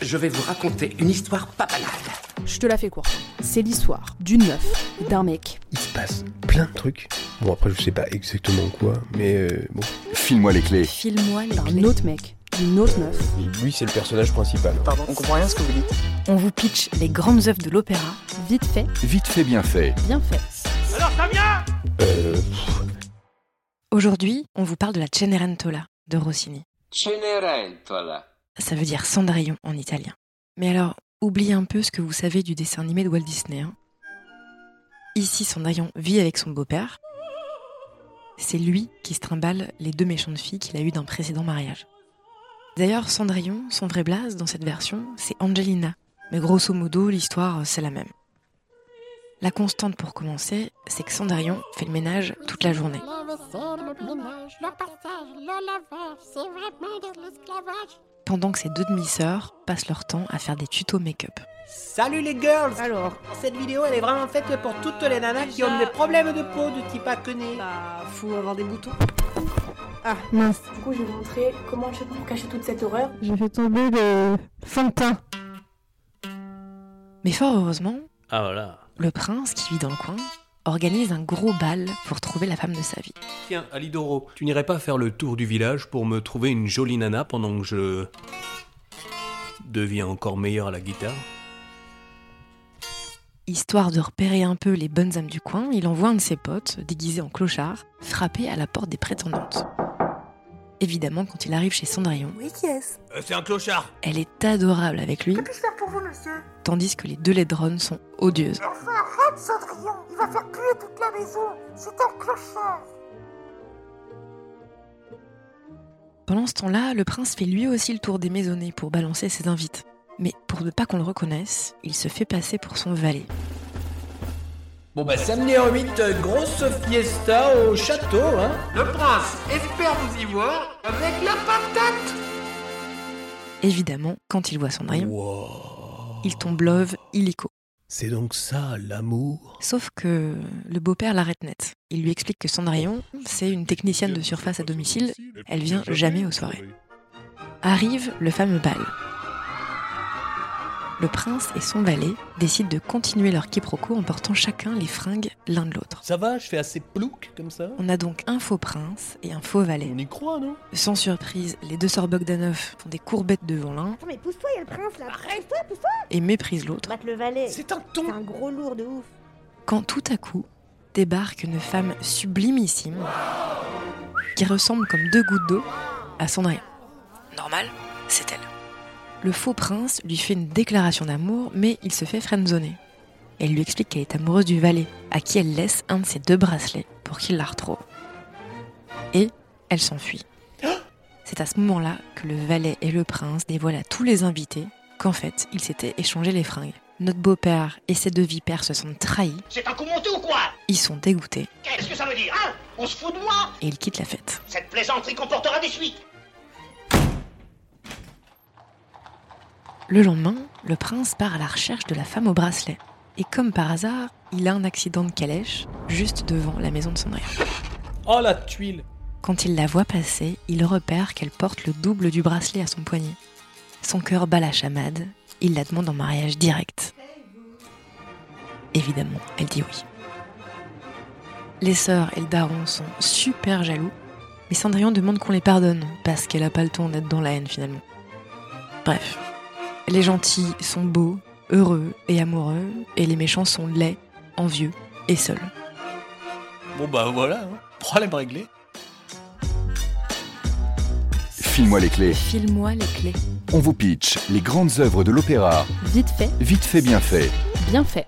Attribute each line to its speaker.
Speaker 1: je vais vous raconter une histoire pas banale.
Speaker 2: Je te la fais courte. C'est l'histoire d'une meuf, et d'un mec.
Speaker 3: Il se passe plein de trucs. Bon, après, je sais pas exactement quoi, mais euh, bon.
Speaker 4: File-moi les clés.
Speaker 5: File-moi les
Speaker 2: D'un
Speaker 5: clés.
Speaker 2: autre mec, d'une autre meuf.
Speaker 6: Lui, c'est le personnage principal.
Speaker 7: Pardon, on comprend rien à ce que vous dites.
Speaker 5: On vous pitch les grandes œuvres de l'opéra.
Speaker 2: Vite fait,
Speaker 4: Vite fait, bien fait.
Speaker 2: bien fait.
Speaker 3: Euh, pff,
Speaker 5: Aujourd'hui, on vous parle de la Cenerentola de Rossini.
Speaker 8: Cenerentola.
Speaker 5: Ça veut dire Cendrillon en italien. Mais alors, oubliez un peu ce que vous savez du dessin animé de Walt Disney. hein. Ici, Cendrillon vit avec son beau-père. C'est lui qui se trimballe les deux méchantes filles qu'il a eues d'un précédent mariage. D'ailleurs, Cendrillon, son vrai blaze dans cette version, c'est Angelina. Mais grosso modo, l'histoire, c'est la même. La constante pour commencer, c'est que Cendrillon fait le ménage toute la journée.
Speaker 9: La vaisselle, le ménage, le partage, le lavage, c'est vraiment de l'esclavage.
Speaker 5: pendant que ses deux demi-sœurs passent leur temps à faire des tutos make-up.
Speaker 10: Salut les girls
Speaker 2: Alors,
Speaker 10: Cette vidéo elle est vraiment faite pour toutes les nanas qui ont des problèmes de peau de type acné.
Speaker 11: Bah, faut avoir des boutons.
Speaker 2: mince,
Speaker 9: Du coup, je vais vous montrer comment je fais pour cacher toute cette horreur.
Speaker 2: j'ai fait tomber le Fantin.
Speaker 5: Mais fort heureusement,
Speaker 6: Ah voilà.
Speaker 5: le prince qui vit dans le coin organise un gros bal pour trouver la femme de sa vie.
Speaker 6: Tiens, Alidoro, tu n'irais pas faire le tour du village pour me trouver une jolie nana pendant que je deviens encore meilleur à la guitare
Speaker 5: Histoire de repérer un peu les bonnes âmes du coin, il envoie un de ses potes, déguisé en clochard, frapper à la porte des prétendantes. Évidemment, quand il arrive chez Cendrillon,
Speaker 11: Oui, qui est-ce
Speaker 6: Euh, C'est un clochard
Speaker 5: elle est adorable avec lui,
Speaker 9: Que puis-je faire pour vous, monsieur
Speaker 5: tandis que les deux laidrones sont odieuses.
Speaker 9: Enfin, arrête, Cendrillon Il va faire puer toute la maison C'est un clochard
Speaker 5: Pendant ce temps-là, le prince fait lui aussi le tour des maisonnées pour balancer ses invites. Mais pour ne pas qu'on le reconnaisse, il se fait passer pour son valet.
Speaker 10: Bon bah samedi en 8, euh, grosse fiesta au château, hein
Speaker 8: Le prince espère vous y voir avec la patate.
Speaker 5: Évidemment, quand il voit Cendrillon,
Speaker 6: Wow.
Speaker 5: il tombe love illico.
Speaker 6: C'est donc ça, l'amour
Speaker 5: Sauf que le beau-père l'arrête net. Il lui explique que Cendrillon, c'est une technicienne de surface à domicile. Elle vient jamais aux soirées. Arrive le fameux bal. Le prince et son valet décident de continuer leur quiproquo en portant chacun les fringues l'un de l'autre.
Speaker 6: Ça va, je fais assez plouc comme ça
Speaker 5: On a donc un faux prince et un faux valet.
Speaker 6: On y croit, non
Speaker 5: Sans surprise, les deux sœurs Bogdanov font des courbettes devant l'un
Speaker 11: Attends, mais pousse-toi, il y a le prince là. Pousse-toi, pousse-toi.
Speaker 5: et méprisent l'autre.
Speaker 11: Battre le valet. C'est
Speaker 6: C'est un ton
Speaker 11: un gros lourd de ouf.
Speaker 5: quand tout à coup débarque une femme sublimissime qui ressemble comme deux gouttes d'eau à Cendrillon. Normal, c'est elle. Le faux prince lui fait une déclaration d'amour, mais il se fait friendzoner. Elle lui explique qu'elle est amoureuse du valet, à qui elle laisse un de ses deux bracelets pour qu'il la retrouve. Et elle s'enfuit. C'est à ce moment-là que le valet et le prince dévoilent à tous les invités qu'en fait, ils s'étaient échangés les fringues. Notre beau-père et ses deux vipères se sentent trahis
Speaker 8: C'est un coup monté ou quoi
Speaker 5: ils sont dégoûtés
Speaker 8: Qu'est-ce que ça veut dire, hein On se fout de moi
Speaker 5: et ils quittent la fête.
Speaker 8: Cette plaisanterie comportera des suites.
Speaker 5: Le lendemain, le prince part à la recherche de la femme au bracelet. Et comme par hasard, il a un accident de calèche juste devant la maison de Cendrillon.
Speaker 6: Oh la tuile
Speaker 5: Quand il la voit passer, il repère qu'elle porte le double du bracelet à son poignet. Son cœur bat la chamade, il la demande en mariage direct. Évidemment, elle dit oui. Les sœurs et le daron sont super jaloux, mais Cendrillon demande qu'on les pardonne, parce qu'elle a pas le temps d'être dans la haine finalement. Bref, les gentils sont beaux, heureux et amoureux, et les méchants sont laids, envieux et seuls.
Speaker 6: Bon bah voilà, hein. problème réglé.
Speaker 4: File-moi les clés.
Speaker 5: File-moi les clés.
Speaker 4: On vous pitch les grandes œuvres de l'opéra.
Speaker 2: Vite fait,
Speaker 4: Vite fait, bien fait.
Speaker 2: bien fait.